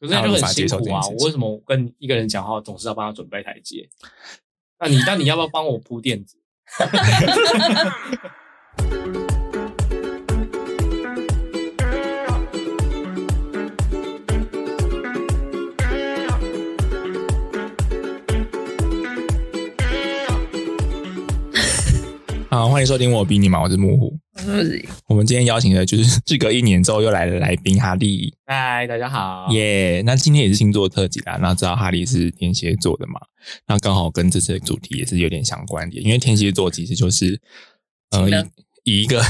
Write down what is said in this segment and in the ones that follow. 有些人就他无很法辛接受苦这件啊事，情我为什么我跟一个人讲话总是要帮他准备台阶？那 你那你要不要帮我铺垫子？好，啊欢迎收听我比你忙，我是木虎。我们今天邀请的就是 事隔一年之后又来的来宾哈利，嗨，大家好，耶、那今天也是星座特辑啦。那知道哈利是天蝎座的嘛？那刚好跟这次的主题也是有点相关的，因为天蝎座其实就是呃请了以以一个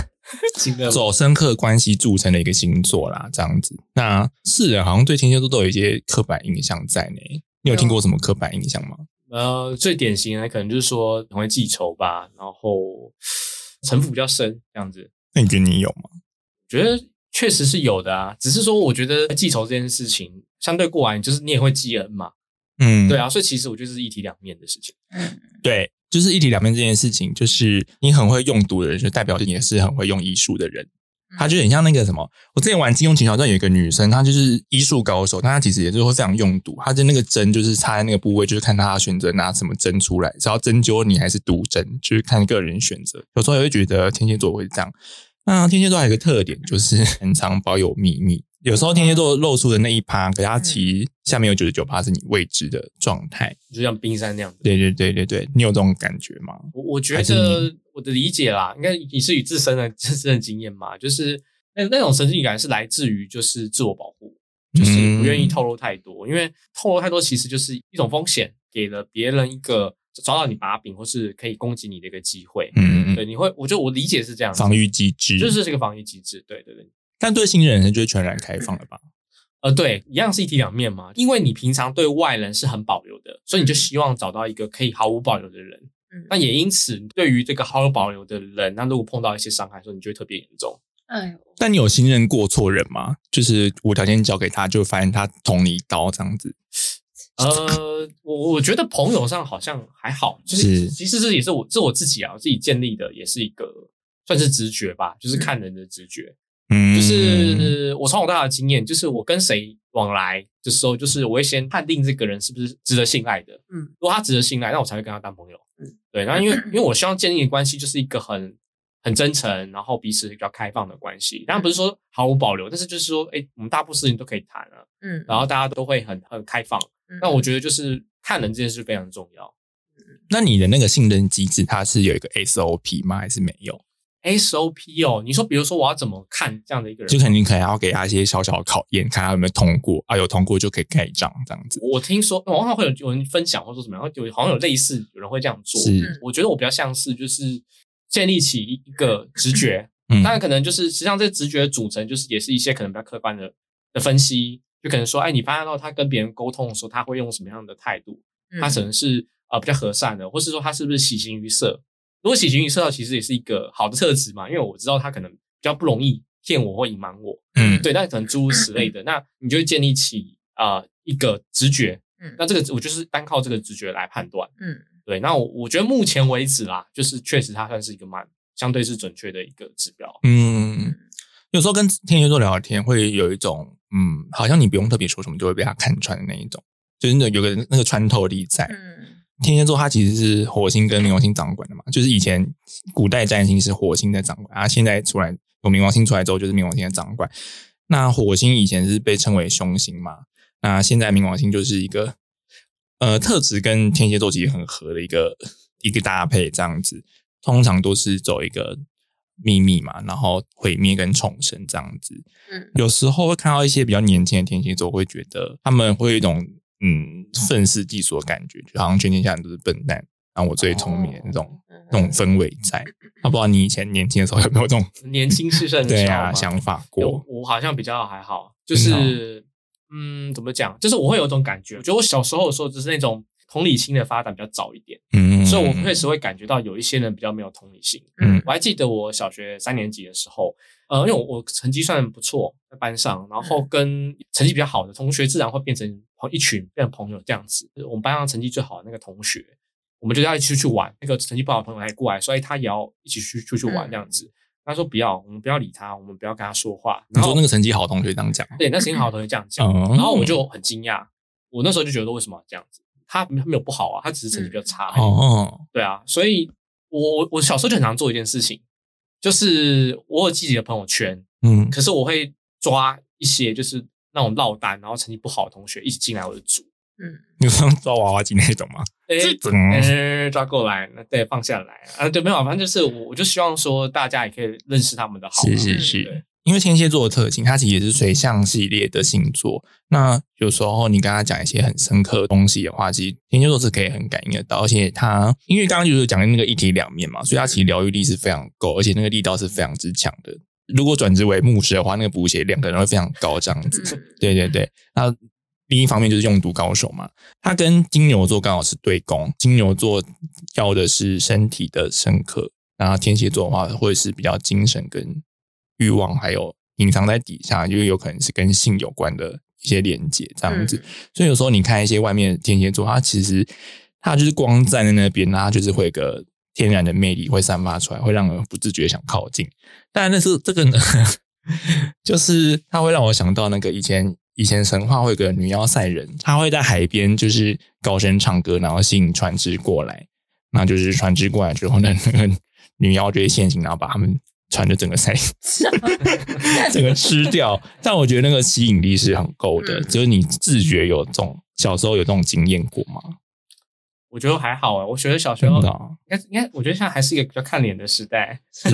请了走深刻关系著称的一个星座啦，这样子。那世人好像对天蝎座都有一些刻板印象在呢。你有听过什么刻板印象吗？呃，最典型的可能就是说很会记仇吧，然后城府比较深这样子，那你觉得你有吗？觉得确实是有的啊。只是说，我觉得记仇这件事情相对过来，就是你也会记恩嘛，嗯对啊，所以其实我觉得这是一体两面的事情。对，就是一体两面这件事情，就是你很会用毒的人，就代表你也是很会用医术的人。他就很像那个什么，我之前玩《金庸群侠传》有一个女生，她就是医术高手，但她其实也是会非常用毒。她的那个针就是插在那个部位，就是看她选择拿什么针出来，只要针灸你还是毒针，就是看个人选择。有时候也会觉得天蝎座会这样。那天蝎座还有一个特点，就是很常保有秘密。有时候天蝎座露出的那一趴，可是它其实下面有九十九趴是你未知的状态。就像冰山那样子。对对对对对，你有这种感觉吗？我我觉还是得我的理解啦，应该你是与自身的 自身的经验嘛，就是那那种神经感是来自于就是自我保护，就是不嗯愿意透露太多，因为透露太多其实就是一种风险，给了别人一个抓到你把柄或是可以攻击你的一个机会。嗯嗯对，嗯，你会，我觉得我理解是这样子，防御机制就是这个防御机制。对对对，但对新人就是全然开放了吧？呃，对，一样是一体两面嘛，因为你平常对外人是很保留的，所以你就希望找到一个可以毫无保留的人。嗯那也因此，对于这个毫有保留的人，那如果碰到一些伤害的时候，你就会特别严重。哎呦，但你有信任过错人吗？就是无条件交给他，就发现他捅你一刀这样子。呃，我我觉得朋友上好像还好，就是是其实这也是我这我自己啊，我自己建立的，也是一个算是直觉吧，就是看人的直觉。嗯就是我从小到大的经验，就是我跟谁往来的时候，就是我会先判定这个人是不是值得信赖的。嗯如果他值得信赖，那我才会跟他当朋友。嗯，对。然后因为因为我希望建立的关系就是一个很很真诚，然后彼此比较开放的关系。当然不是说毫无保留，但是就是说，哎，我们大部分事情都可以谈啊，嗯，然后大家都会很很开放。嗯那我觉得就是看人这件事非常重要。那你的那个信任机制，它是有一个 SOP 吗？还是没有？ SOP 哦，你说比如说我要怎么看这样的一个人？就肯定可能要给他一些小小的考验，看他有没有通过啊，有通过就可以盖章这样子。我听说网上会有有人分享，或者说怎么样，有好像有类似有人会这样做。是，我觉得我比较像是就是建立起一个直觉，嗯当然可能就是实际上这个直觉的组成就是也是一些可能比较客观的的分析，就可能说，哎，你发现到他跟别人沟通的时候，他会用什么样的态度？嗯他可能是呃比较和善的，或是说他是不是喜形于色？如果喜形于色，其实也是一个好的特质嘛，因为我知道他可能比较不容易骗我或隐瞒我。嗯，对，那可能诸如此类的，那你就会建立起啊、呃一个直觉。嗯那这个我就是单靠这个直觉来判断。嗯对，那我我觉得目前为止啦，就是确实它算是一个蛮相对是准确的一个指标。嗯，有时候跟天蝎座聊天，会有一种嗯，好像你不用特别说什么，就会被他看穿的那一种，就是那有个那个穿透力在。嗯天蝎座它其实是火星跟冥王星掌管的嘛，就是以前古代占星是火星在掌管，啊，现在出来有冥王星出来之后，就是冥王星在掌管。那火星以前是被称为凶星嘛，那现在冥王星就是一个呃特质跟天蝎座其实很合的一个一个搭配，这样子通常都是走一个秘密嘛，然后毁灭跟重生这样子。嗯有时候会看到一些比较年轻的天蝎座，会觉得他们会有一种嗯愤世嫉俗的感觉，就好像全天下人都是笨蛋，然后我最聪明的那种、嗯那种氛围在。那不知道你以前年轻的时候有没有这种年轻气盛对呀、啊想法有过？我好像比较还好，就真的哦是嗯，怎么讲？就是我会有一种感觉，我觉得我小时候的时候就是那种同理心的发展比较早一点，嗯，所以我确实会感觉到有一些人比较没有同理心。嗯我还记得我小学三年级的时候，呃，因为我我成绩算不错，在班上，然嗯后跟成绩比较好的同学，自然会变成朋一群变成朋友这样子。我们班上成绩最好的那个同学，我们就要一起出去玩。那个成绩不好的朋友还过来说，哎，他也要一起去出去玩嗯这样子。他说不要，我们不要理他，我们不要跟他说话。你然说后那个成绩好的同学这样讲，对，那幸好同学这样讲，嗯然后我就很惊讶，我那时候就觉得为什么要这样子？他他没有不好啊，他只是成绩比较差而已。哦，对啊，所以我我我小时候就很常做一件事情，就是我有自己的朋友圈，嗯可是我会抓一些就是那种落单，然后成绩不好的同学一起进来我的组，你说 抓娃娃机那种吗？哎、嗯哎抓过来，那对放下来啊，对，没有，反正就是我我就希望说大家也可以认识他们的好嘛， 是是对是，因为天蝎座的特性，它其实也是水象系列的星座。那有时候你跟他讲一些很深刻的东西的话，其实天蝎座是可以很感应得到，而且他因为刚刚就是讲的那个一体两面嘛，所以他其实疗愈力是非常够，而且那个力道是非常之强的。如果转职为牧师的话，那个补血量可能会非常高，这样子。嗯对对对，那另一方面就是用毒高手嘛，他跟金牛座刚好是对攻，金牛座要的是身体的深刻，然后天蝎座的话会是比较精神跟欲望，还有隐藏在底下，因为有可能是跟性有关的一些连接这样嗯子。所以有时候你看一些外面的天蝎座，他其实他就是光站在那边，他就是会有个天然的魅力会散发出来，会让人不自觉想靠近。但那是这个呢， 就是它会让我想到那个以前以前神话会有个女妖赛人，她会在海边就是高声唱歌，然后吸引船只过来，然后就是船只过来之后呢，那个女妖就会现形，然后把他们船就整个塞，整个吃掉。但我觉得那个吸引力是很够的，嗯就是你自觉有这种小时候有这种经验过吗？我觉得还好啊，我觉得小学真应的啊、该应该，我觉得现在还是一个比较看脸的时代。 是，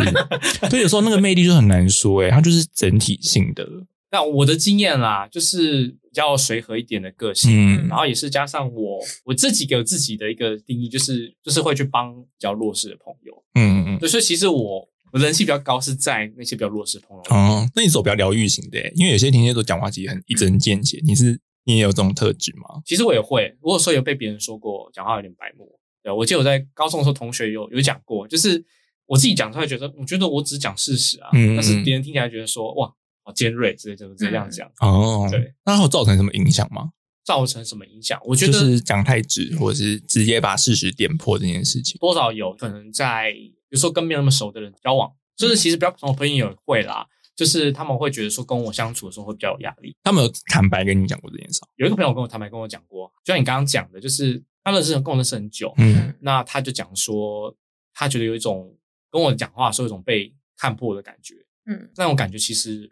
对，有时候那个魅力就很难说、欸，它就是整体性的，那我的经验啦，就是比较随和一点的个性，嗯然后也是加上我我自己给我自己的一个定义，就是就是会去帮比较弱势的朋友。嗯嗯。对，所以其实我我人气比较高是在那些比较弱势的朋友。哦，那你走比较疗愈型的欸耶，因为有些天蝎座讲话其实很一嗯针见血。你是你也有这种特质吗？其实我也会，我有时候有被别人说过讲话有点白目。对，啊我记得我在高中的时候，同学有有讲过，就是我自己讲出来觉得，我觉得我只讲事实啊，嗯嗯但是别人听起来觉得说哇，好尖锐，之类就是这样讲，哦，对，那它有造成什么影响吗？造成什么影响？我觉就得是讲太直，或者是直接把事实点破这件事情。多少有可能在，比如说跟没有那么熟的人交往，就是其实比较朋友朋友也会啦，就是他们会觉得说跟我相处的时候会比较有压力。他们有坦白跟你讲过这件事吗？有一个朋友跟我坦白跟我讲过，就像你刚刚讲的，就是他认识人跟我认识很久，嗯那他就讲说他觉得有一种跟我讲话的时候有一种被看破的感觉，嗯那种感觉其实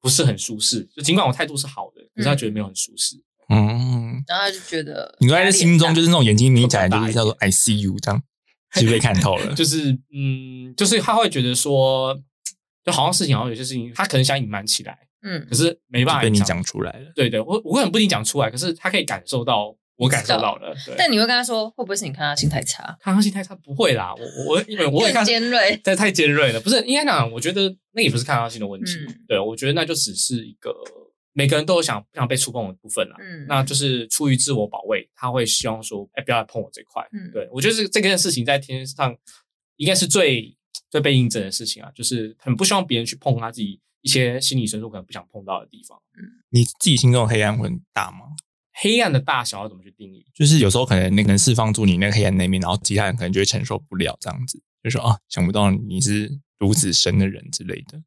不是很舒适。就尽管我态度是好的，可是他觉得没有很舒适。嗯，然后他就觉得你在心中就是那种眼睛眯起来，就是叫做都 I see you 这 样， 就被看透了。就是嗯，就是他会觉得说，就好像事情好像有些事情他可能想隐瞒起来。嗯可是没办法就被你隐藏讲出来了。对对，我我可能不一定讲出来，可是他可以感受到，我感受到了。对，但你会跟他说，会不会是你看他心态差，抗性太差不会啦，我我我因为我也看更，尖锐？这太尖锐了，不是应该讲，我觉得那也不是抗性的问题，嗯对我觉得那就只是一个每个人都有想不想被触碰的部分啦。嗯，那就是出于自我保卫，他会希望说，哎，不要来碰我这块。嗯对我觉得这这件事情在天上应该是最最被印证的事情啊，就是很不希望别人去碰他自己一些心理深处可能不想碰到的地方。你自己心中的黑暗会很大吗？黑暗的大小要怎么去定义？就是有时候可能那个人释放出你那个黑暗那面，然后其他人可能就会承受不了这样子，就说啊，想不到你是如此深的人之类的，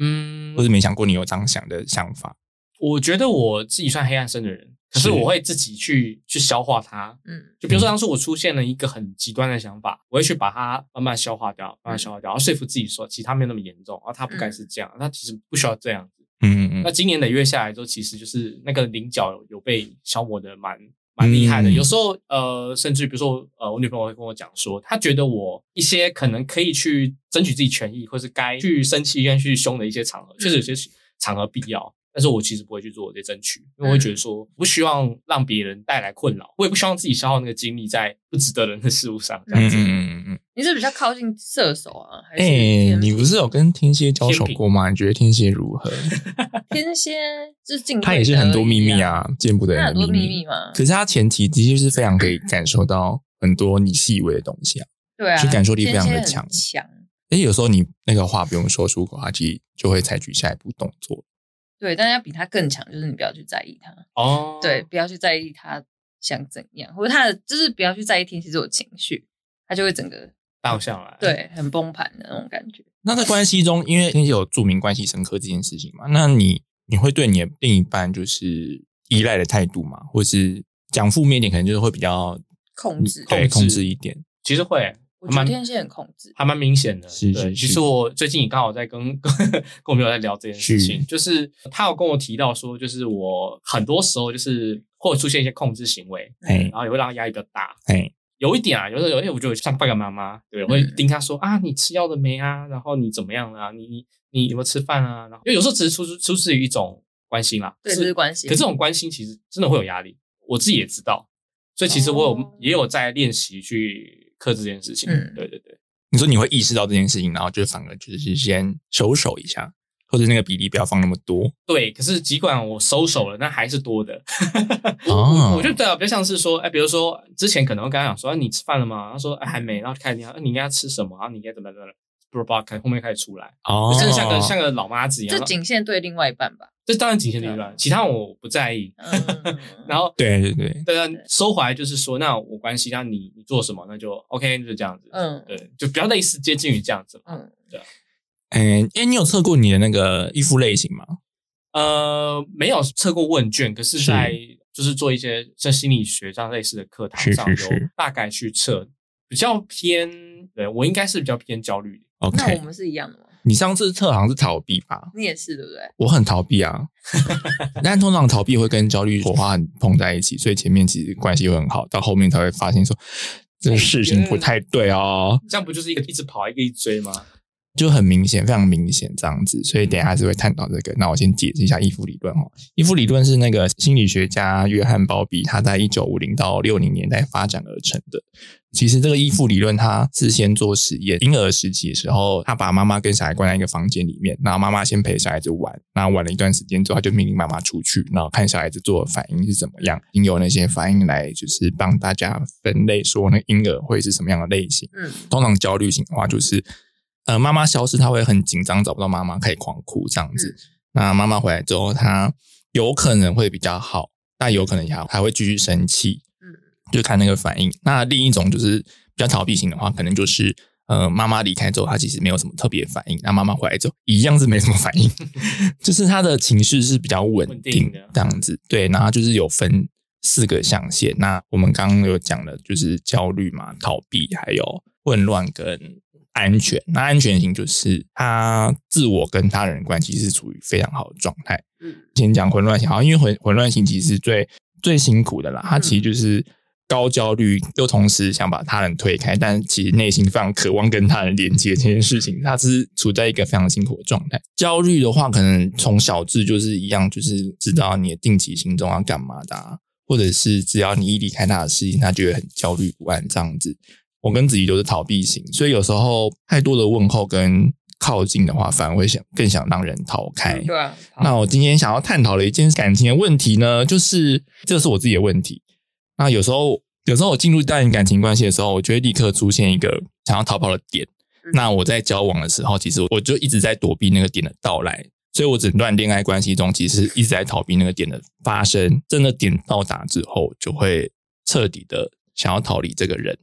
嗯或，者没想过你有这样想的想法。我觉得我自己算黑暗生的人，可是是我会自己去去消化它。嗯就比如说，当初我出现了一个很极端的想法，我会去把它慢慢消化掉，慢慢消化掉，然后说服自己说，其实它没有那么严重，啊，它不该是这样，它其实不需要这样子。嗯嗯那今年累月下来之后，其实就是那个棱角有有被消磨的蛮蛮厉害的。嗯有时候呃，甚至比如说呃，我女朋友会跟我讲说，她觉得我一些可能可以去争取自己权益，或是该去生气跟去凶的一些场合，确实有些场合必要。但是我其实不会去做这些争取，因为我会嗯觉得说不希望让别人带来困扰，我也不希望自己消耗那个精力在不值得人的事物上。这嗯样嗯子，嗯嗯嗯。你是比较靠近射手啊，还哎、是天你不是有跟天蝎交手过吗？你觉得天蝎如何？天蝎就是进，他也是很多秘密，啊，见不得他人很多的秘秘密嘛，可是他前提的确是非常可以感受到很多你细微的东西啊。对啊，就感受力非常地天蝎强很强。而且有时候你那个话不用说出口，他其实就会采取下一步动作。对，但要比他更强，就是你不要去在意他，哦，对，，嗯不要去在意他想怎样，或者他的就是不要去在意天蝎座的情绪，他就会整个哎倒向来，对很崩盘的那种感觉。那在关系中，因为天蝎有著名关系深刻这件事情嘛，那你你会对你的另一半就是依赖的态度嘛，或是讲负面一点，可能就是会比较控制控对制嗯控制一点。其实会，我还觉得蛮天蝎很控制，还蛮明显的。是对是其是实我最近也刚好在跟跟我朋友在聊这件事情，是就是他有跟我提到说，就是我很多时候就是会出现一些控制行为，哎然后也会让他压力比较大。哎，有一点啊，有时候有，因为我觉得像半个妈妈，对，我会嗯盯她说啊，你吃药了没啊？然后你怎么样啊？你你你有没有吃饭啊？然后因为有时候只是出出自于一种关心啦，对，是这是关系。可这种关心其实真的会有压力，我自己也知道，所以其实我有、哦也有在练习去克制这件事情。嗯对对对，你说你会意识到这件事情，然后就反而就是先收手一下，或者那个比例不要放那么多。对。可是尽管我收手了，那还是多的。哦 我觉得比较像是说，哎，比如说之前可能会跟他讲说，啊你吃饭了吗？他说哎还没，然后就开始讲，啊你应该要吃什么？然后你应该怎么哦怎么，不知道开后面开始出来，哦真的像个像个老妈子一样。这仅限对另外一半吧。这当然仅限这一段，其他我不在意。 嗯， 然后对对对，对啊，收回来就是说，那我关系，那你你做什么，那就 OK，就这样子。嗯对，就比较类似接近于这样子嘛。嗯，哎哎，你有测过你的那个依附类型吗？呃，没有测过问卷，可是是在就是做一些像心理学上类似的课堂是上，是有是大概去测，比较偏，对我应该是比较偏焦虑。那我 OK，们是一样的吗？你上次测好像是逃避吧？你也是对不对？我很逃避啊，但通常逃避会跟焦虑火花很碰在一起，所以前面其实关系会很好，到后面才会发现说哎这个事情不太对哦，这样不就是一个一直跑，一个一直追吗？就很明显，非常明显这样子。所以等一下还是会探讨这个。那我先解释一下依附理论哦。依附理论是那个心理学家约翰鲍比他在一九五零到六零年代发展而成的。其实这个依附理论，它是先做实验。婴儿时期的时候，他把妈妈跟小孩关在一个房间里面，然后妈妈先陪小孩子玩，那玩了一段时间之后，他就命令妈妈出去，然后看小孩子做的反应是怎么样，经由那些反应来就是帮大家分类说那婴儿会是什么样的类型。嗯，通常焦虑型的话，就是呃妈妈消失，他会很紧张，找不到妈妈，开始狂哭这样子。嗯那妈妈回来之后，他有可能会比较好，但有可能也还还会继续生气。嗯就看那个反应。那另一种就是比较逃避型的话，可能就是。呃，妈妈离开之后，他其实没有什么特别的反应。那妈妈回来之后，一样是没什么反应，就是他的情绪是比较稳稳定定的这样子。对，然后就是有分四个象限。那我们刚刚有讲的就是焦虑嘛、逃避，还有混乱跟安全。那安全型就是他自我跟他人的关系是处于非常好的状态。嗯先讲混乱型，好像因为混混乱型其实是最最辛苦的啦，他其实就是高焦虑，又同时想把他人推开，但其实内心非常渴望跟他人连接这件事情，他是处在一个非常辛苦的状态。焦虑的话，可能从小至就是一样，就是知道你的定期行踪要干嘛的、啊，或者是只要你一离开他的视线，他就会很焦虑不安这样子。我跟子怡都是逃避型，所以有时候太多的问候跟靠近的话，反而会想更想让人逃开。对啊。哎那我今天想要探讨的一件感情的问题呢，就是这是我自己的问题。那有时候，有时候我进入到感情关系的时候，我就会立刻出现一个想要逃跑的点。嗯那我在交往的时候，其实我就一直在躲避那个点的到来，所以我整段恋爱关系中，其实一直在逃避那个点的发生。真的点到达之后，就会彻底的想要逃离这个人。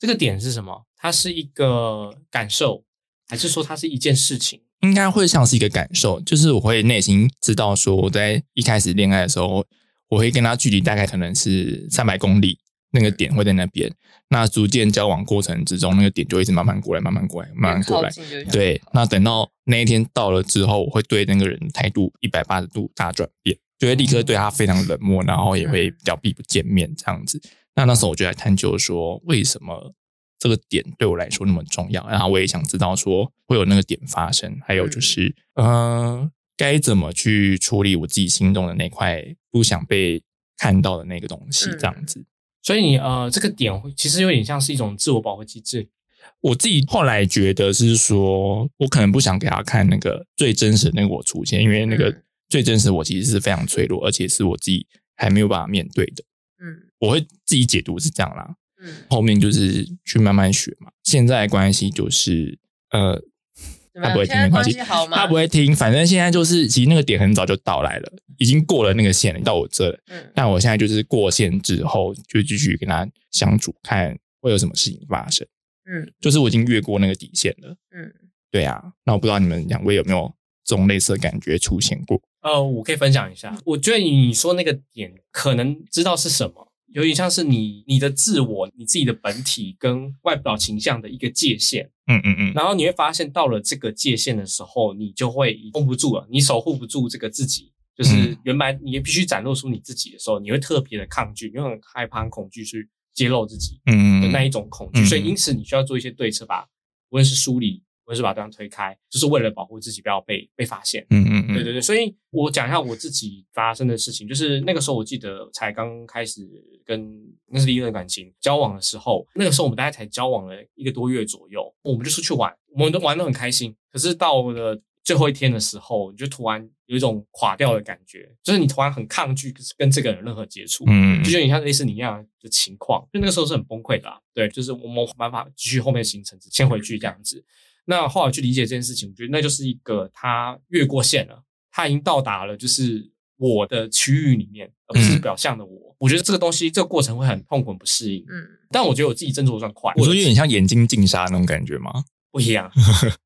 这个点是什么？它是一个感受，还是说它是一件事情？应该会像是一个感受，就是我会内心知道说，我在一开始恋爱的时候，我会跟他距离大概可能是三百公里，那个点会在那边。那逐渐交往过程之中，那个点就会一直慢慢过来，慢慢过来，慢慢过靠来。近就想对，那等到那一天到了之后，我会对那个人态度一百八十度大转变，就会立嗯刻对他非常冷漠，然后也会比较避不见面这样子。那那时候我就在探究说，为什么这个点对我来说那么重要？然后我也想知道说会有那个点发生，还嗯有就是，呃，该怎么去处理我自己心中的那块不想被看到的那个东西，嗯这样子。所以你呃，这个点会其实有点像是一种自我保护机制。我自己后来觉得是说，我可能不想给他看那个最真实的那个我出现，因为那个嗯最真实的我其实是非常脆弱，而且是我自己还没有办法面对的。嗯我会自己解读是这样啦，嗯，后面就是去慢慢学嘛。现在的关系就是，呃，他不会听没怎么样嗯现在关关系系好吗？他不会听，反正现在就是，其实那个点很早就到来了，已经过了那个线了，到我这了。嗯，但我现在就是过线之后，就继续跟他相处，看会有什么事情发生。嗯，就是我已经越过那个底线了。嗯，对啊，那我不知道你们两位有没有这种类似的感觉出现过？呃，我可以分享一嗯下，我觉得你说那个点可能知道是什么，有点像是你你的自我、你自己的本体跟外表形象的一个界限。嗯嗯嗯，然后你会发现，到了这个界限的时候，你就会控不住了，你守护不住这个自己。就是嗯原来你必须展露出你自己的时候，你会特别的抗拒，你会很害怕、很恐惧去揭露自己嗯的嗯那嗯一种恐惧。嗯所以，因此你需要做一些对策吧，无论是梳理，无论是把对方推开，就是为了保护自己不要被被发现。嗯嗯嗯，对对对，所以我讲一下我自己发生的事情，就是那个时候我记得才刚开始跟那是第一段感情交往的时候，那个时候我们大概才交往了一个多月左右，我们就出去玩，我们都玩得很开心。可是到了最后一天的时候，你就突然有一种垮掉的感觉，就是你突然很抗拒跟这个人任何接触。嗯，嗯就嗯有点像类似你一样的情况，就那个时候是很崩溃的、啊。对，就是我们没办法继续后面的行程，先回去这样子。那后来去理解这件事情，我觉得那就是一个他越过线了，他已经到达了就是我的区域里面，而不是嗯表象的我。我觉得这个东西，这个过程会很痛苦、很不适应。嗯，但我觉得我自己振作得算快，我说有点像眼睛进沙那种感觉吗？不一样，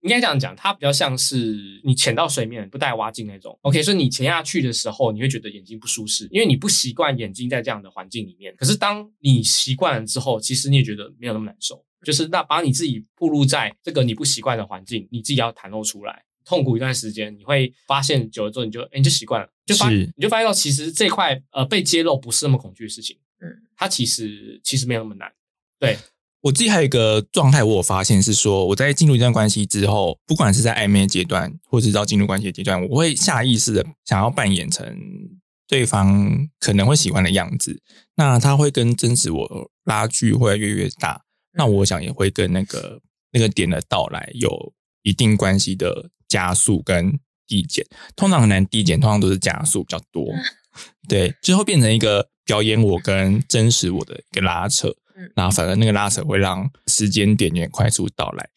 应该这样讲，它比较像是你潜到水面不带蛙镜那种。OK，所以你潜下去的时候，你会觉得眼睛不舒适，因为你不习惯眼睛在这样的环境里面。可是当你习惯了之后，其实你也觉得没有那么难受，就是那把你自己暴露在这个你不习惯的环境，你自己要袒露出来。痛苦一段时间，你会发现久了之后，你就哎、你就习惯了，就发是你就发现到其实这块呃被揭露不是那么恐惧的事情，嗯，它其实其实没有那么难。我自己还有一个状态，我有发现是说，我在进入一段关系之后，不管是在暧昧阶段，或者是到进入关系的阶段，我会下意识的想要扮演成对方可能会喜欢的样子。那他会跟真实我拉距会越来越大，那我想也会跟那个那个点的到来有一定关系的加速跟递减。通常很难递减，通常都是加速比较多。 对，就会变成一个表演我跟真实我的一个拉扯。然后反而那个拉扯会让时间点也快速到来。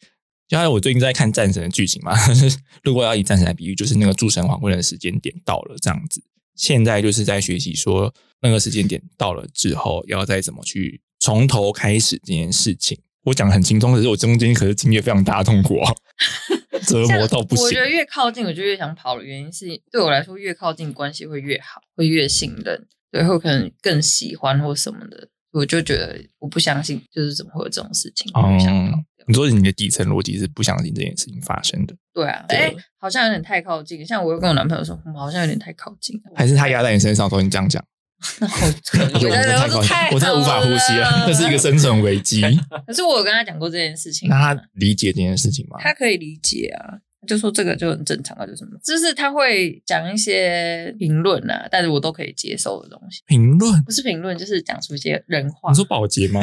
就像我最近在看战神的剧情嘛， 如果要以战神来比喻，就是那个诸神黄昏的时间点到了这样子。现在就是在学习说那个时间点到了之后，要再怎么去从头开始这件事情。我讲得很轻松，可是我中间可是经历了非常大的痛苦哦， 折像磨到不我行觉。得越靠近，我就越想跑的原因是，对我来说，越靠近关系会越好，会越信任，对，会可能更喜欢或什么的。我就觉得我不相信，就是怎么会有这种事情，我就想跑嗯掉。你说你的底层逻辑是不相信这件事情发生的，对啊，对哎、好像有点太靠近。像我又跟我男朋友说，我嗯们好像有点太靠 近了。还是他压在你身上的时候你这样讲？那我可能他觉有得的我真的太人高是太兴，我真的无法呼吸了， 这是一个生存危 机。可是我有跟他讲过这件事情，啊那他理解这件事情吗？他可以理解啊，就说这个就很正常啊，就什么，就是他会讲一些评论啊，但是我都可以接受的东西，评论，不是评论，就是讲出一些人话你，说保洁 吗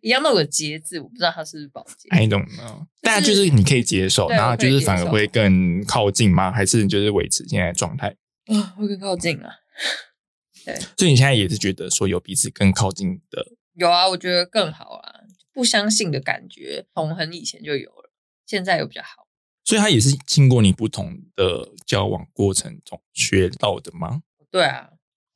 一样都有个节制，我不知道他是不是保洁， ？I don't know。但就是你可以接受，对然后就是反而我可会以更靠近吗？还是你就是维持现在的状态？啊，会更靠近啊，所以你现在也是觉得说有彼此更靠近的，有啊，我觉得更好啦，不相信的感觉从很以前就有了，现在有比较好，所以他也是经过你不同的交往过程中学到的吗？对啊，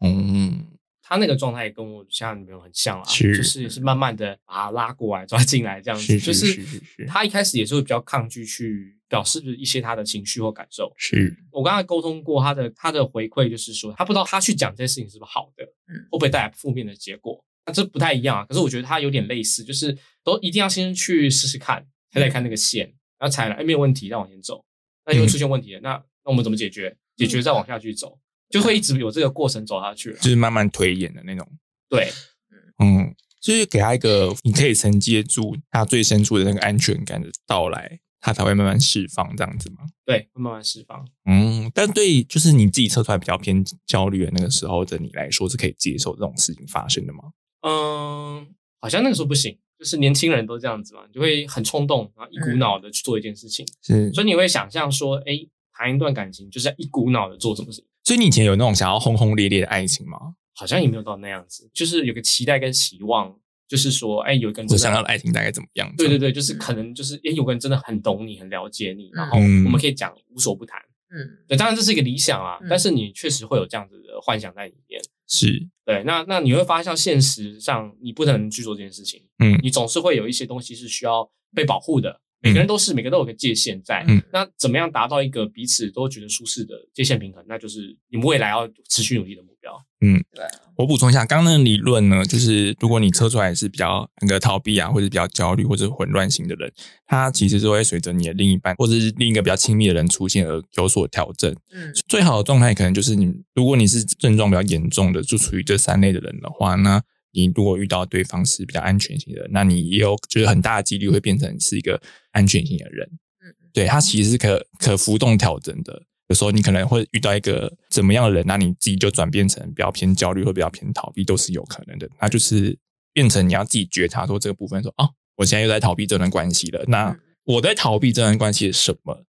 嗯，他那个状态跟我现在女朋友很像啦，是就是是慢慢的把他拉过来抓进来这样子，是就是是是是他一开始也是会比较抗拒去表示一些他的情绪或感受。是，我刚才沟通过他的他的回馈就是说，他不知道他去讲这件事情是不是好的，嗯会不会带来负面的结果，那这不太一样啊。可是我觉得他有点类似，就是都一定要先去试试看，才来看那个线，然后踩了哎没有问题，再往前走，那又出现问题了，那那我们怎么解决？解决再往下去走，就会一直有这个过程走下去了。就是慢慢推演的那种。对，嗯，就是给他一个你可以承接住他最深处的那个安全感的到来，他才会慢慢释放这样子嘛。对，会慢慢释放。嗯，但对就是你自己测出来比较偏焦虑的那个时候的你来说，是可以接受这种事情发生的吗？嗯，好像那个时候不行，就是年轻人都这样子嘛，你就会很冲动，然后一股嗯脑的去做一件事情，是，所以你会想象说，哎，谈一段感情就是要一股脑的做什么事情，所以你以前有那种想要轰轰烈烈的爱情吗？好像也没有到那样子，就是有个期待跟期望，就是说，哎，有一个人我真想要的，的爱情大概怎么样？对对，对，就是可能就是，哎，有个人真的很懂你，很了解你，然后嗯我们可以讲无所不谈。嗯，对，当然这是一个理想啊嗯，但是你确实会有这样子的幻想在里面。是，对，那那你会发现，现实上你不能去做这件事情，嗯你总是会有一些东西是需要被保护的，每个人都是每个人都有个界限在。嗯那怎么样达到一个彼此都觉得舒适的界限平衡？那就是你们未来要持续努力的目标。啊我补充一下，刚刚那个理论呢，就是如果你测出来是比较那个逃避啊，或者比较焦虑或者混乱型的人，他其实是会随着你的另一半或者是另一个比较亲密的人出现而有所调整。嗯最好的状态可能就是你，如果你是症状比较严重的，就处于这三类的人的话，那你如果遇到对方是比较安全型的人，那你也有就是很大的几率会变成是一个安全型的人。嗯对，它其实是可可浮动调整的。有时候你可能会遇到一个怎么样的人，那你自己就转变成比较偏焦虑或比较偏逃避，都是有可能的。那就是变成你要自己觉察说这个部分说，哦，我现在又在逃避这段关系了。那嗯我在逃避这段关系是什么？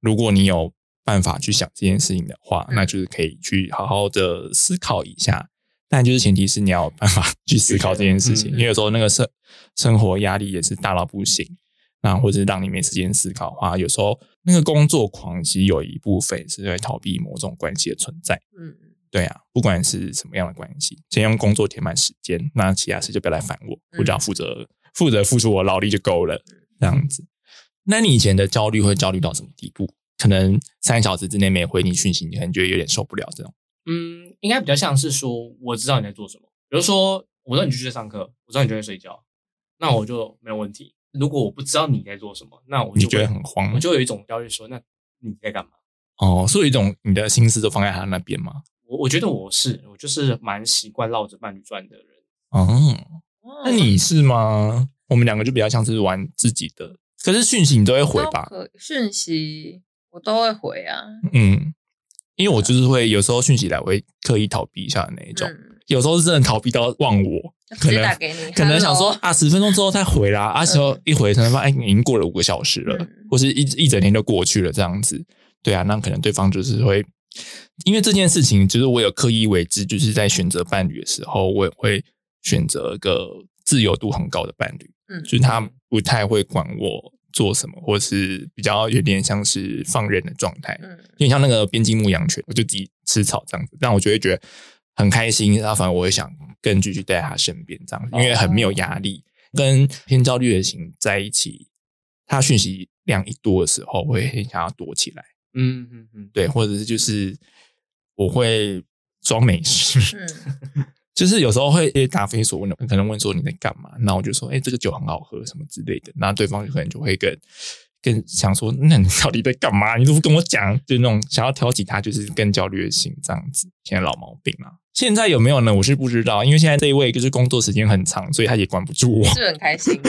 如果你有办法去想这件事情的话，嗯那就是可以去好好的思考一下。但就是前提是你要有办法 去思考这件事情，嗯因为有时候那个生生活压力也是大到不行。那或者让你没时间思考的话，有时候那个工作狂其实有一部分是在逃避某种关系的存在。嗯对啊，不管是什么样的关系，先用工作填满时间，那其他事就不要来烦我，嗯我只要负责负责付出我劳力就够嗯了，这样子。那你以前的焦虑会焦虑到什么地步？可能三小时之内没回你讯息，你可能觉得有点受不了这种。嗯，应该比较像是说，我知道你在做什么。比如说，我知道你去上课，我知道你就在睡觉，那我就没有问题。如果我不知道你在做什么，那我你就觉会得很慌我吗？就有一种焦虑，说那你在干嘛？哦，所以一种你的心思都放在他那边吗？我我觉得我是我就是蛮习惯绕着伴侣转的人。哦，哦那你是吗？我们两个就比较像是玩自己的，可是讯息你都会回吧？哦都可讯息我都会回啊，嗯，因为我就是会有时候讯息来，我会刻意逃避一下的那一种。嗯，有时候是真的逃避到忘我，直可接打能给你，可能想说 hello 啊，十分钟之后再回啦，啊，时候一回才发现，哎，已经过了五个小时了，嗯或是一一整天都过去了这样子。对啊，那可能对方就是会，因为这件事情，就是我有刻意为之，就是在选择伴侣的时候，我也会选择一个自由度很高的伴侣，嗯就是他不太会管我做什么，或是比较有点像是放任的状态。嗯有点像那个边境牧羊犬，我就自己吃草这样子，但我就会觉得很开心。然后反而我会想更继续待在他身边这样子，因为很没有压力。跟偏焦虑的型在一起，他讯息量一多的时候，我会很想要躲起来，嗯嗯嗯， 对，或者是就是我会装没事，嗯就是有时候会答非所问的，可能问说你在干嘛，那我就说，哎、这个酒很好喝什么之类的，那对方就可能就会更更想说，那你到底在干嘛？你都不跟我讲，就是那种想要挑起他，就是更焦虑的心这样子，现在老毛病啦、现在有没有呢？我是不知道，因为现在这一位就是工作时间很长，所以他也管不住我，是很开心，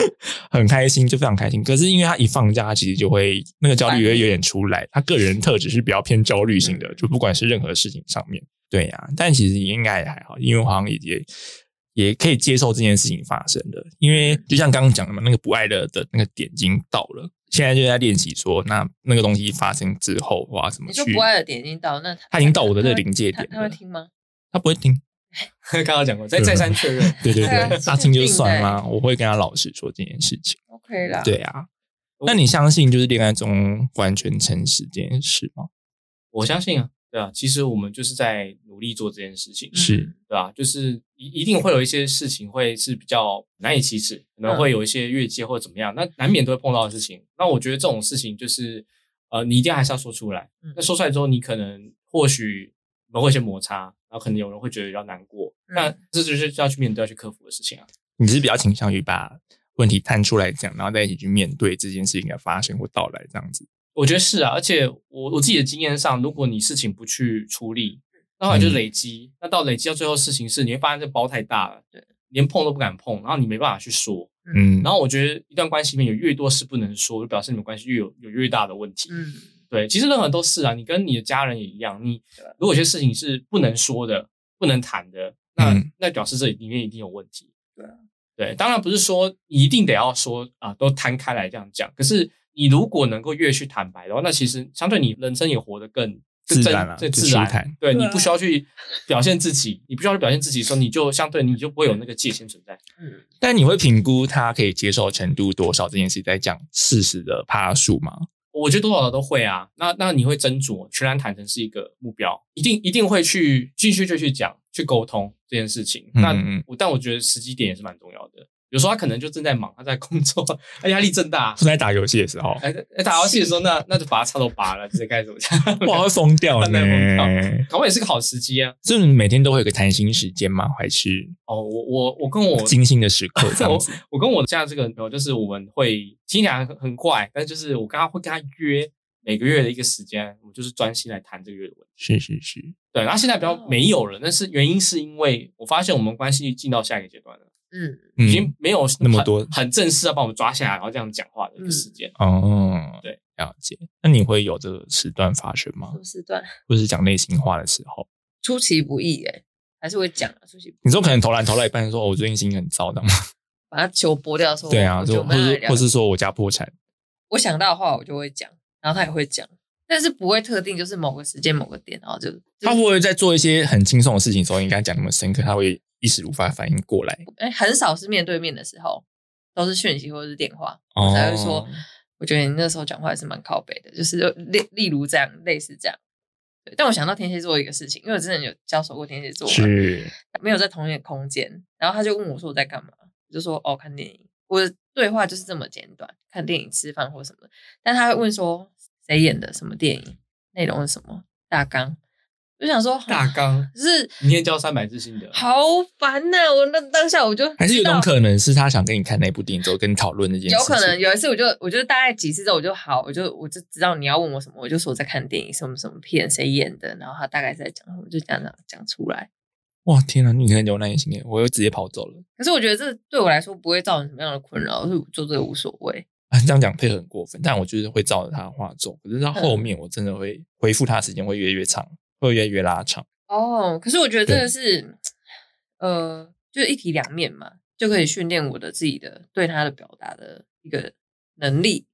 很开心，就非常开心。可是因为他一放假，他其实就会那个焦虑反会应有点出来。他个人特质是比较偏焦虑型的，嗯就不管是任何事情上面。对呀、但其实也应该也还好，因为我好像也也也可以接受这件事情发生的。因为就像刚刚讲的嘛，那个不爱的的那个点已经到了，现在就在练习说，那那个东西发生之后，哇，怎么你说去不？爱的点已经到，那他已经到我的这个他临界他点他了会，听吗？他不会听。刚刚讲过，再再三确 认。对对对，神大清就经病算欸啦，我会跟他老实说这件事情。 OK 啦，对啊，那你相信就是恋爱中完全诚实这件事吗？我相信啊，对啊，其实我们就是在努力做这件事情嗯，是对吧、就是一一定会有一些事情会是比较难以启齿，嗯可能会有一些越界或者怎么样，那难免都会碰到的事情。那我觉得这种事情就是，呃，你一定还是要说出来嗯。那说出来之后，你可能或许你们会有一些摩擦，然后可能有人会觉得比较难过，嗯那这就是要去面对、要去克服的事情啊。你是比较倾向于把问题摊出来讲，然后再一起去面对这件事情的发生或到来这样子。我觉得是啊，而且我我自己的经验上，如果你事情不去处理，那后来就累积，那到累积到最后，事情是你会发现这包太大了，对，连碰都不敢碰，然后你没办法去说。嗯，然后我觉得一段关系里面有越多事不能说，就表示你们关系越有有越大的问题。嗯对，其实任何人都是啊，你跟你的家人也一样，你对如果有些事情是不能说的、不能谈的，那、嗯那表示这里面一定有问题。对啊对，当然不是说你一定得要说啊、都摊开来这样讲。可是你如果能够越去坦白的话，那其实相对你人生也活得更自然了最就自舒然。坦对对你啊不需要去表现自己，你不需要去表现自己的时候，你就相对你就不会有那个界限存在。嗯，但你会评估他可以接受程度多少这件事，在讲事实的趴数吗？我觉得多少都会啊。那那你会斟酌，全然坦诚是一个目标，一定一定会去继续就去讲、去沟通这件事情。嗯那嗯嗯我但我觉得时机点也是蛮重要的。有时候他可能就正在忙，他在工作，他压力正大。是在打游戏的时候，哎，哎打游戏的时候，那那就把他插头拔了，这该怎么讲？ 哇，会疯掉真的呢会疯掉。 搞不好也是个好时机啊。是不是每天都会有个谈心时间吗？还是哦，我我我跟我 精心的时刻这样子？我跟我现在这个女朋友，就是我们会听起来很很怪，但是就是我跟她会跟她约每个月的一个时间，我们就是专心来谈这个月的问题。是是是，对，然后现在比较哦没有了，但是原因是因为我发现我们关系进到下一个阶段了，嗯，已嗯，经没有那么很多很正式要把我们抓下来，然后这样讲话的嗯一个时间。哦，对，了解。那你会有这个时段发生吗什？么时段？或是讲内心话的时候，出其不意哎、还是会讲出其不意，你说可能投篮投到一半说，哦我最近心情很糟，这样吗？把它球拨掉的时候， 对啊，我就就或是或是是说我家破产，我想到的话，我就会讲，然后他也会讲，但是不会特定就是某个时间某个点，然后就他会不会在做一些很轻松的事情的时候，你跟他讲那么深刻，他会一时无法反应过来？哎，很少是面对面的时候，都是讯息或者是电话，哦我才会说，我觉得你那时候讲话还是蛮靠北的，就是例例如这样，类似这样。对，但我想到天蝎座一个事情，因为我之前有教授过天蝎座嘛，是没有嗯在同一个空间，然后他就问我说我在干嘛，我就说哦看电影。我的对话就是这么简短，看电影、吃饭或什么的。但他会问说谁演的什么电影，内容是什么，大纲。我就想说哦大纲，就是明天交三百字心得。好烦呐、我那当下我就还是有知道种可能是他想跟你看那部电影之后跟你讨论这件事有情，可能有一次，我就我就大概几次之后，我就好，我就我就知道你要问我什么，我就说我在看电影，什么什么片，谁演的，然后他大概是在讲什么，我就讲讲讲出来。哇天啊哪，你很有耐心耶，我又直接跑走了可是我觉得这对我来说不会造成什么样的困扰，所以我做这个无所谓。啊！这样讲配合很过分，但我就是会照着他的话做，可是到后嗯面我真的会回复他的时间会越来越长，会越来越拉长。哦，可是我觉得这个是，呃，就是一体两面嘛，就可以训练我的自己的对他的表达的一个能力。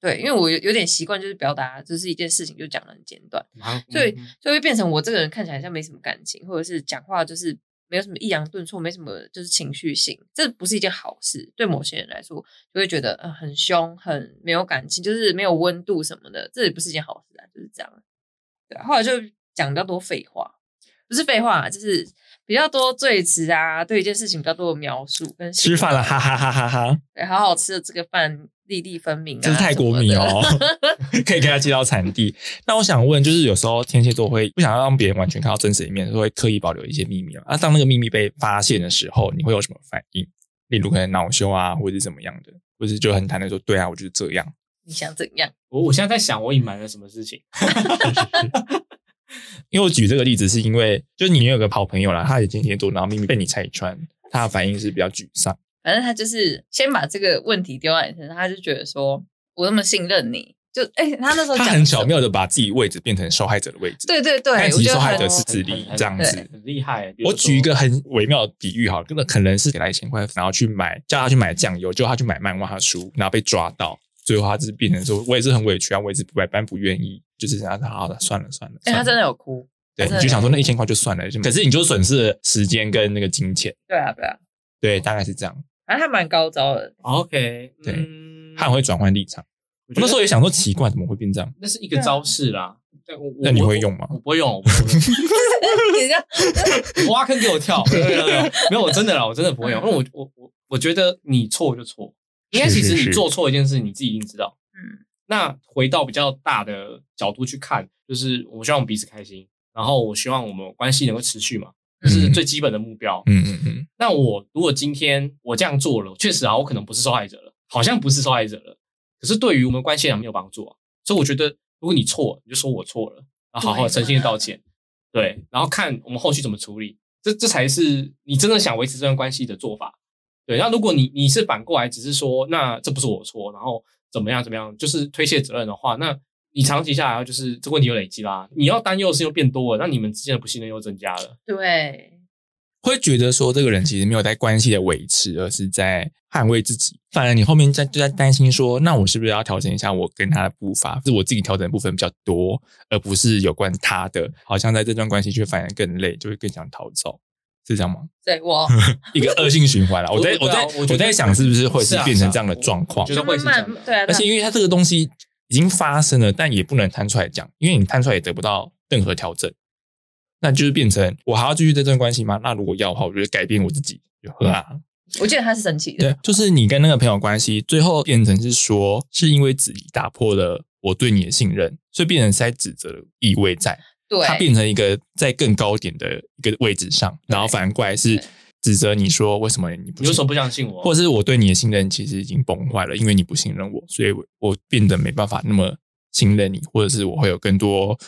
对，因为我有有点习惯，就是表达就是一件事情就讲的很简短。啊所以嗯就会变成我这个人看起来好像没什么感情，或者是讲话就是没有什么抑扬顿挫，没什么就是情绪性，这不是一件好事。对某些人来说，就会觉得呃很凶，很没有感情，就是没有温度什么的，这也不是一件好事啊，就是这样。对啊，后来就讲比较多废话，不是废话，啊就是比较多赘词啊，对一件事情比较多的描述跟吃饭了，哈哈哈哈 哈！对，好好吃的这个饭粒粒分明啊，这是泰国米哦啊什么的 可以给他接到产地。那我想问，就是有时候天蝎座会不想要让别人完全看到真实的一面，所以会刻意保留一些秘密嘛啊。当那个秘密被发现的时候，你会有什么反应？例如可能恼羞啊，或者是怎么样的，或者是就很坦然说：“对啊，我就是这样。你想怎样？我我现在在想，我隐瞒了什么事情？”因为我举这个例子是因为，就是你有个好朋友啦，他也天蝎座，然后秘密被你拆穿，他的反应是比较沮丧。反正他就是先把这个问题丢在你身上，他就觉得说我那么信任你，就哎、他那时候他讲很巧什么，妙的把自己位置变成受害者的位置。对对对，但我其实觉受得害者很是自立很很这样很子。很厉害。比如我说举一个很微妙的比喻哈，真的可能是给他一千块，然后去买叫他去买酱油，就他去买漫画书，然后被抓到，最后他就是变成说，我也是很委屈啊，我也是百般不愿意，就是然后他好了，算了算了，哎、他算了真的有哭，对，他真的你就想说那一千块就算嗯了，就可是你就损失了时间跟那个金钱，对啊对啊，对，大概是这样，反正他蛮高招的， OK，对嗯他很会转换立场。我我觉那得时候也想说奇怪，怎么会变这样？那是一个招式啦。但我我那你我会用吗我我不会用，我不会用。你这样我挖坑给我 跳，没有没有没有，没有我真的啦，我真的不会用，因为我我我我觉得你错就错，因为是其是实是你做错一件事，你自己一定知道。嗯，那回到比较大的角度去看，就是我希望我们彼此开心，然后我希望我们关系能够持续嘛，这是嗯最基本的目标。嗯嗯嗯，那我如果今天我这样做了，确实啊，我可能不是受害者了，好像不是受害者了，可是对于我们关系来讲没有帮助啊。所以我觉得，如果你错，你就说我错了，然后好好对诚心的道歉，对，然后看我们后续怎么处理，这这才是你真的想维持这段关系的做法。对，那如果你你是反过来只是说，那这不是我错，然后怎么样怎么样，就是推卸责任的话，那你长期下来啊就是这问题又累积啦，你要担忧的事又变多了，那你们之间的不信任又增加了。对，会觉得说这个人其实没有在关系的维持，而是在捍卫自己。反而你后面在就在担心说，那我是不是要调整一下我跟他的步伐？是我自己调整的部分比较多，而不是有关他的。好像在这段关系却反而更累，就会更想逃走，是这样吗？对我 一个恶性循环啦。我在我我对啊在我觉得我在想，是不是会是是啊变成是啊这样的我状况？觉得会是这样的慢慢对啊，而且因为它这个东西已经发生了，但也不能摊出来讲，因为你摊出来也得不到任何调整，那就是变成我还要继续在这段关系吗？那如果要的话，我就改变我自己，就喝啊，我记得他是生气的对，，就是你跟那个朋友关系，最后变成是说，是因为子怡打破了我对你的信任，所以变成是在指责的意味在，对，它变成一个在更高点的一个位置上，然后反过来是对指责你说为什么你不你为什信么不相信我？或者是我对你的信任其实已经崩坏了，因为你不信任我，所以我我变得没办法那么信任你，或者是我会有更多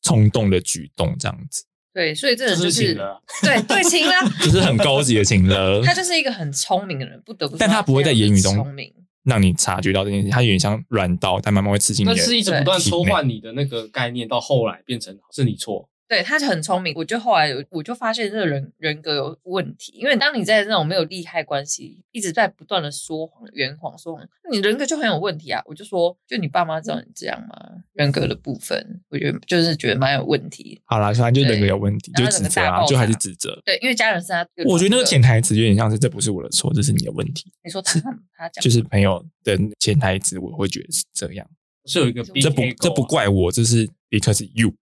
冲动的举动，这样子，对，所以这这人就是是请的，对对情了，。就是很高级的情了 他就是一个很聪明的人，不得不说，但他不会在言语中聪明，让你察觉到这件事，它有点像软刀，但慢慢会刺进你那的。是一直不断抽换你的那个概念，到后来变成是你错，对，他很聪明。我就后来有，我就发现这个人人格有问题，因为当你在那种没有利害关系，一直在不断的说谎、圆谎、说谎，你人格就很有问题啊。我就说，就你爸妈知道你这样吗？人格的部分，我觉得就是觉得蛮有问题。好啦，反正就人格有问题，对就指责然后整个大啊，爆炸就还是指责。对，因为家人是他，我觉得那个潜台词有点像是这不是我的错，这是你的问题。你说他他讲就是朋友的潜台词，我会觉得是这样，是有一个这 B 啊这不这啊不，怪我，这是 because you。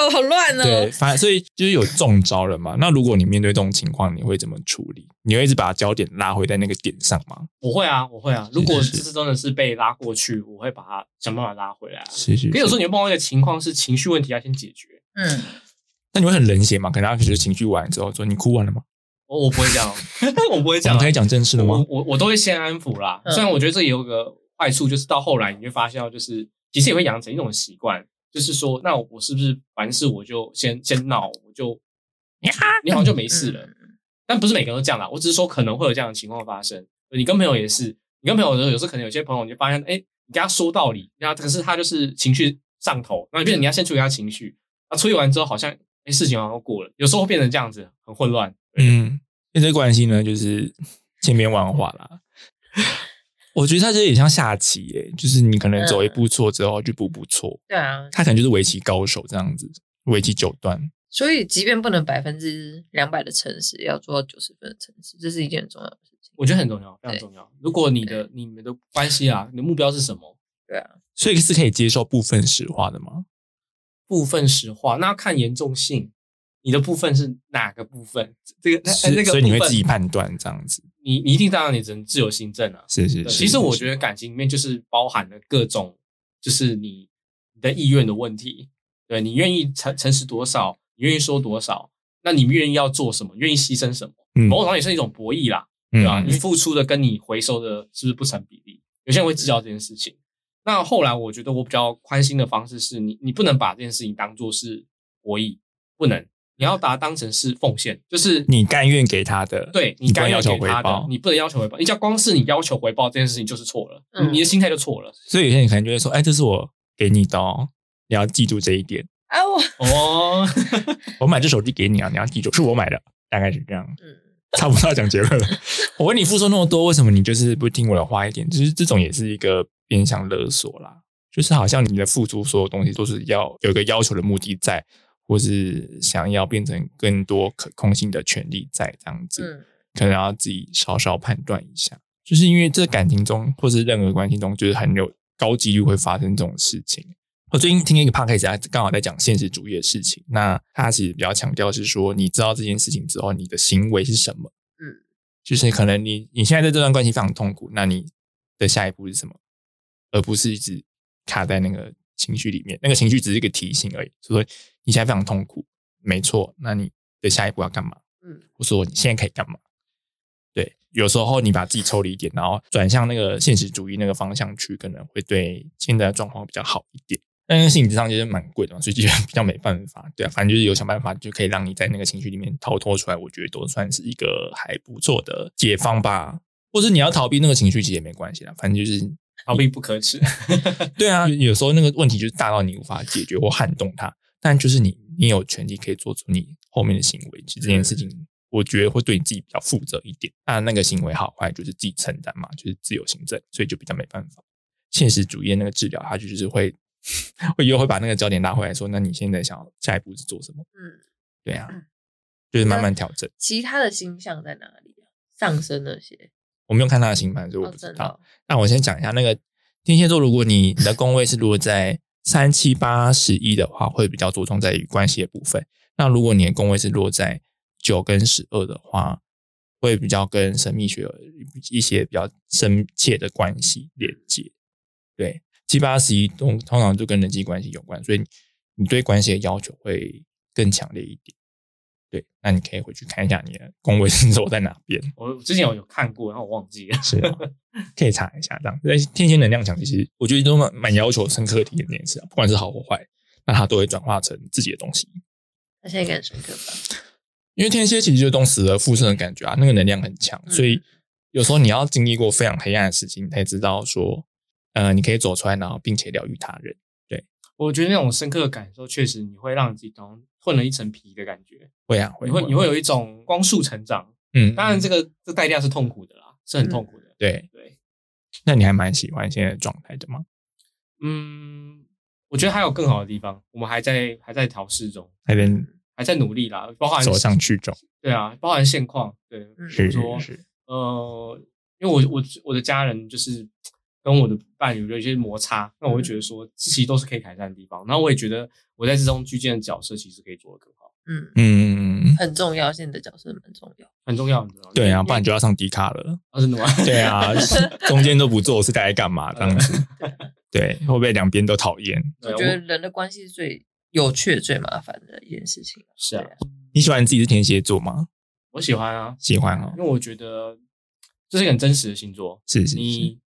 好好乱对，哦。反所以就是有中招了嘛。那如果你面对这种情况，你会怎么处理？你会一直把焦点拉回在那个点上吗？我会啊，我会啊。如果是这次真的是被拉过去，我会把它想办法拉回来啊。是是可有时候你会碰到一个情况是情绪问题要先解决，嗯，那你会很冷血嘛？可能他可是情绪完之后说：“你哭完了吗我我不会这 样，哦我不会？”这我样们啊，可以讲正事了我吗？我我都会先安抚啦。嗯虽然我觉得这也有个坏处，就是到后来你会发现到，就是其实也会养成一种习惯，就是说，那我是不是凡事我就先先闹，我就你好像就没事了。嗯但不是每个人都这样啦，我只是说可能会有这样的情况发生。你跟朋友也是，你跟朋友的时候，有时候可能有些朋友你就发现，哎、你跟他说道理，然后可是他就是情绪上头，然后变成你要先处理他情绪，啊，处理完之后好像，哎、事情好像过了，有时候会变成这样子，很混乱。嗯，那这关系呢，就是千变万化 啦。我觉得它这也像下棋耶、就是你可能嗯走一步错之后就步步错，对啊，他可能就是围棋高手这样子，围棋九段。所以即便不能百分之两百的诚实，也要做到九十分的诚实，这是一件很重要的事情。我觉得很重要，非常重要。如果你的你们的关系啊，你的目标是什么？所以是可以接受部分实话的吗？部分实话，那要看严重性。你的部分是哪个部分？这个哎是那那个所以你会部分自己判断这样子。你你一定当然你只能自由行政啊。是是对是。其实我觉得感情里面就是包含了各种，就是你你的意愿的问题。对你愿意诚诚实多少，你愿意说多少，那你愿意要做什么，愿意牺牲什么，嗯某种程度也是一种博弈啦。嗯对啊，你付出的跟你回收的是不是不成比例？有些人会计较这件事情。那后来我觉得我比较宽心的方式是你，你不能把这件事情当做是博弈，不能，你要把它当成是奉献，就是你甘愿给他的，对你你不该能要要给求回他的报，。你不能要求回报。你只要光是你要求回报这件事情就是错了，嗯你的心态就错 了。所以有些人可能就会说：“哎，这是我给你的哦，你要记住这一点。啊，我哦，我买这手机给你啊，你要记住是我买的。”大概是这样，嗯。差不多要讲结 论了。我为你付出那么多，为什么你就是不听我的话一点？就是这种也是一个变相勒索啦，就是好像你的付出所有东西都是要有一个要求的目的在，或是想要变成更多可控性的权利在这样子。嗯，可能要自己稍稍判断一下，就是因为这感情中或是任何关系中，就是很有高几率会发生这种事情。我最近听一个 podcast，他刚好在讲现实主义的事情。那他其实比较强调是说，你知道这件事情之后，你的行为是什么？嗯，就是可能你你现在在这段关系非常痛苦，那你的下一步是什么？而不是一直卡在那个情绪里面，那个情绪只是一个提醒而已。所以说你现在非常痛苦，没错，那你的下一步要干嘛？嗯，或说你现在可以干嘛？对，有时候你把自己抽离一点，然后转向那个现实主义那个方向去，可能会对现在的状况比较好一点。但是心理智商就是蛮贵的嘛，所以就比较没办法。对啊，反正就是有想办法就可以让你在那个情绪里面逃脱出来，我觉得都算是一个还不错的解放吧。或是你要逃避那个情绪，其实也没关系啦，反正就是 逃避不可耻。 对啊，有时候那个问题就是大到你无法解决或撼动它，但就是你，你有权利可以做出你后面的行为。其实这件事情，我觉得会对你自己比较负责一点。那那个行为好坏就是自己承担嘛，就是自由行政，所以就比较没办法。现实主义的那个治疗，它就是会， 会又会把那个焦点拉回来说，那你现在想要下一步是做什么？嗯，对啊，就是慢慢调整。其他的星象在哪里啊？上升那些，我没有看他的星盘，所以我哦，不知真的道。哦那我先讲一下那个天蝎座，如果你你的宫位是落在三七八十一的话，会比较着重在于关系的部分。那如果你的宫位是落在九跟十二的话，会比较跟神秘学有一些比较深切的关系连接。对，七八十一通通常就跟人际关系有关，所以你你对关系的要求会更强烈一点。对，那你可以回去看一下你的宫位星座在哪边，我之前有有看过，然后我忘记了。 是啊，可以查一下这样。但是天蝎能量强，其实我觉得都蛮蛮要求深刻体验这件事啊，不管是好或坏，那它都会转化成自己的东西。他现在感深刻吧？因为天蝎其实就是懂死而复生的感觉啊，那个能量很强，嗯所以有时候你要经历过非常黑暗的事情，你才知道说，呃，你可以走出来，然后并且疗愈他人。我觉得那种深刻的感受，确实你会让自己好像混了一层皮的感觉，会啊，会你会你会有一种光速成长。嗯，当然，这个这代价是痛苦的啦，是很痛苦的。对。对，那你还蛮喜欢现在的状态的吗？嗯，我觉得还有更好的地方，我们还在还在调试中，还能还在努力啦，包含走上去中，对啊，包含现况，对，嗯是比如说是是，呃，因为我我我的家人就是跟我的伴侣有一些摩擦，那我会嗯觉得说，这其实都是可以改善的地方。然后我也觉得我在这中居间的角色其实可以做得更好，嗯，嗯，很重要，现在的角色蛮重要。很重要，很重要。对因啊，为不然你就要上迪卡了。啊，真的吗？ 对啊，中间都不做是大概干嘛这样 子？对，会不会两边都讨厌？对，啊我我觉得人的关系是最有趣、最麻烦的一件事情。是啊对，你喜欢自己是天蝎座吗？我喜欢啊，喜欢哦，因为我觉得这是一个很真实的星座，是是是你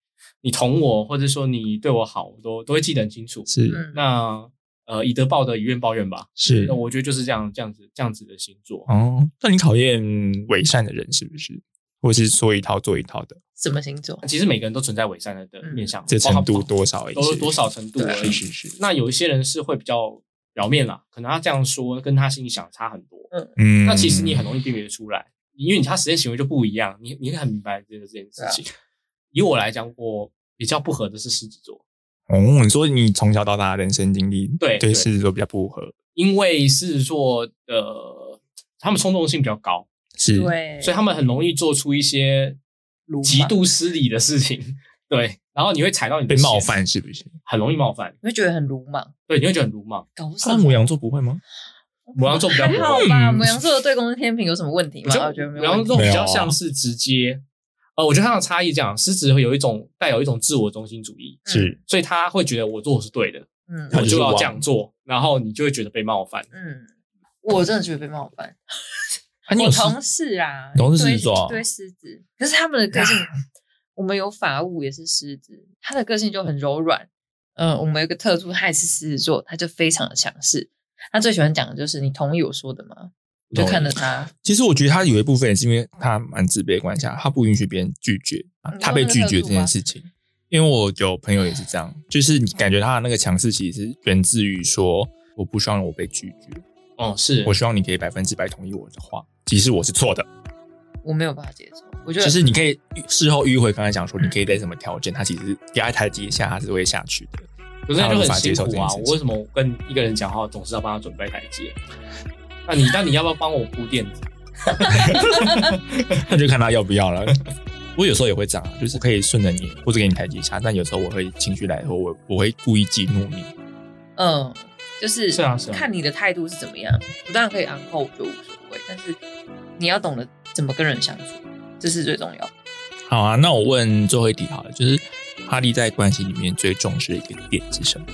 你捅我，或者说你对我好，我都都会记得很清楚。是嗯，那呃，以德报德，以怨报怨吧。是那我觉得就是这样，这样子，这样子的星座。哦。那你讨厌伪善的人是不是？或是说一套做一套的？什么星座？其实每个人都存在伪善的的嗯面相，这程包度含多少？哦都多？少程度对而是已。是是，那有一些人是会比较表面啦，可能他这样说跟他心里想差很多。嗯那其实你很容易辨别得出来，因为你他实践行为就不一样，你你很明白这个这件啊事情。以我来讲，我比较不合的是狮子座，哦，你说你从小到大的人生经历，对对对狮子座比较不合，因为狮子座的他们冲动性比较高，是对，所以他们很容易做出一些鲁莽极度失礼的事情。对，然后你会踩到你的被冒线，犯是不是？很容易冒犯。你会觉得很鲁莽，对，你会觉得很鲁莽。搞不那上。啊母羊座不会吗？母啊羊座比较哦还不好会，吧？嗯母羊座的对公是天平有什么问题我吗？觉我觉得得没母有问羊题。座没比有较啊像是直接，呃，我觉得它的差异讲，狮子会有一种带有一种自我中心主义，是，所以他会觉得我做的是对的，嗯他我就是就要王这样做，然后你就会觉得被冒犯。嗯，我真的觉得被冒犯。啊你有我狮同事啊，你同事对狮子座啊啊对狮子，可是他们的个性，我们有法务也是狮子，他的个性就很柔软。嗯、我们有一个特助，他也是狮子座，他就非常的强势。他最喜欢讲的就是你同意我说的吗？我就看着他，其实我觉得他有一部分也是因为他蛮自卑的关系啊，他不允许别人拒绝啊你，他说被那个啊拒特绝助这件吗事情。因为我有朋友也是这样，就是你感觉他的那个强势其实是源自于说，我不希望我被拒绝，哦，是我希望你可以百分之百同意我的话，即使我是错的，我没有办法接受。我觉得就是你可以事后迂回，刚才讲说嗯你可以在什么条件，他其实压在台阶下他是会下去的。 有的人就他无很法辛接受苦这啊件事！情我为什么跟一个人讲话总是要帮他准备台阶？那你那你要不要帮我铺垫子？那就看他要不要了。 我有时候也会这样啊，就是可以顺着你，或者给你台阶下，但有时候我会情绪来的时候，我我会故意激怒你。嗯，就是是啊是啊看你的态度是怎么样。我当然可以昂扣，我觉得无所谓，但是你要懂得怎么跟人相处，这是最重要的。好啊，那我问最后一题好了，就是哈利在关系里面最重视的一个点是什么？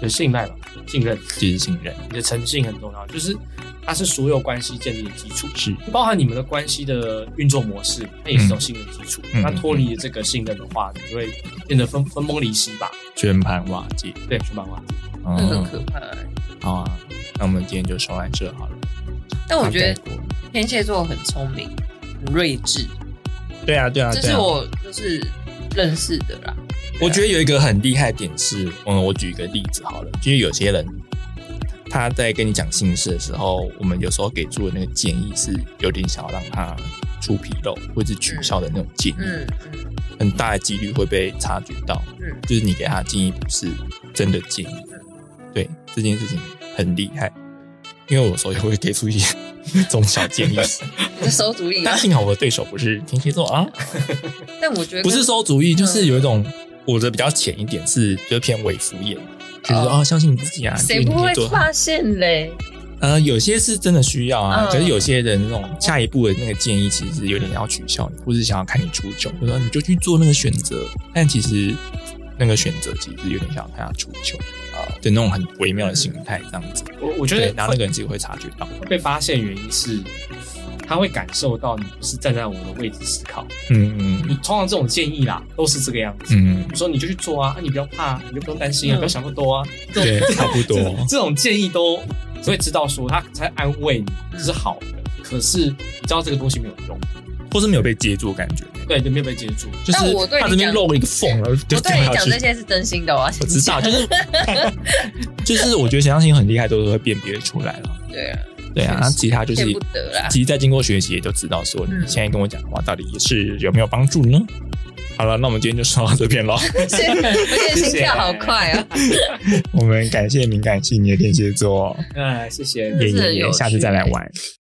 就信赖吧，信任，就是信任，你的诚信很重要，就是它是所有关系建立的基础。是包含你们的关系的运作模式，那也是一种信任基础。嗯那脱离了这个信任的话，你就会变得分分崩离析吧？全盘瓦解。对，全盘化。那很嗯，可怕、欸好啊，那我们今天就说完这好了。但我觉大得概过了天蝎座很聪明，很睿智，对啊，对啊，这对是啊。我就是认识的啦。我觉得有一个很厉害的点是，嗯，我举一个例子好了，就是有些人他在跟你讲心事的时候，我们有时候给出的那个建议是有点想要让他出纰漏或者是取消的那种建议，嗯嗯很大的几率会被察觉到，嗯，就是你给他的建议不是真的建议。对这件事情很厉害，因为我有时候也会给出一些这种小 建议，啊你是馊主意吗但？幸好我的对手不是天蝎座啊。呃但我觉得不是馊主意，就是有一种我的比较浅一点是，就是偏伪敷衍，就是说哦哦，相信你自己啊，谁就是不你可会以做得好发现嘞？呃，有些是真的需要啊，嗯可是有些人那种下一步的那个建议，其实有点要取笑你，或是想要看你出糗，就说你就去做那个选择，但其实那个选择其实有点想要看他出糗，对那种很微妙的心态这样子。嗯我我觉对，得然后那个人自己会察觉到。被发现原因是，他会感受到你不是站在我的位置思考。嗯嗯你通常这种建议啦，都是这个样子。嗯，我说你就去做啊，啊你不要怕，你就不用担心啊，嗯不要想那么多啊。对，啊差不这多种。这种建议都只会知道说他才安慰你，这是好的。可是你知道这个东西没有用，或是没有被接住的感觉，对，就没有被接住。就是但我对你他这边讲漏了一个缝，然后就我对你掉下讲去这。些是真心的，哦啊我要我先知 道，讲就是 就是，我觉得想象性很厉害，都是会辨别出来了。对啊，对啊，确实然后其他就是见不得 啦，其实在经过学习，也就知道说嗯你现在跟我讲的话，到底是有没有帮助呢？好了，那我们今天就说到这边 喽。是而且心跳好快哦，我们感谢敏感性你的天蝎座，哎，谢谢嗯也真也的很有也，趣下次再来玩。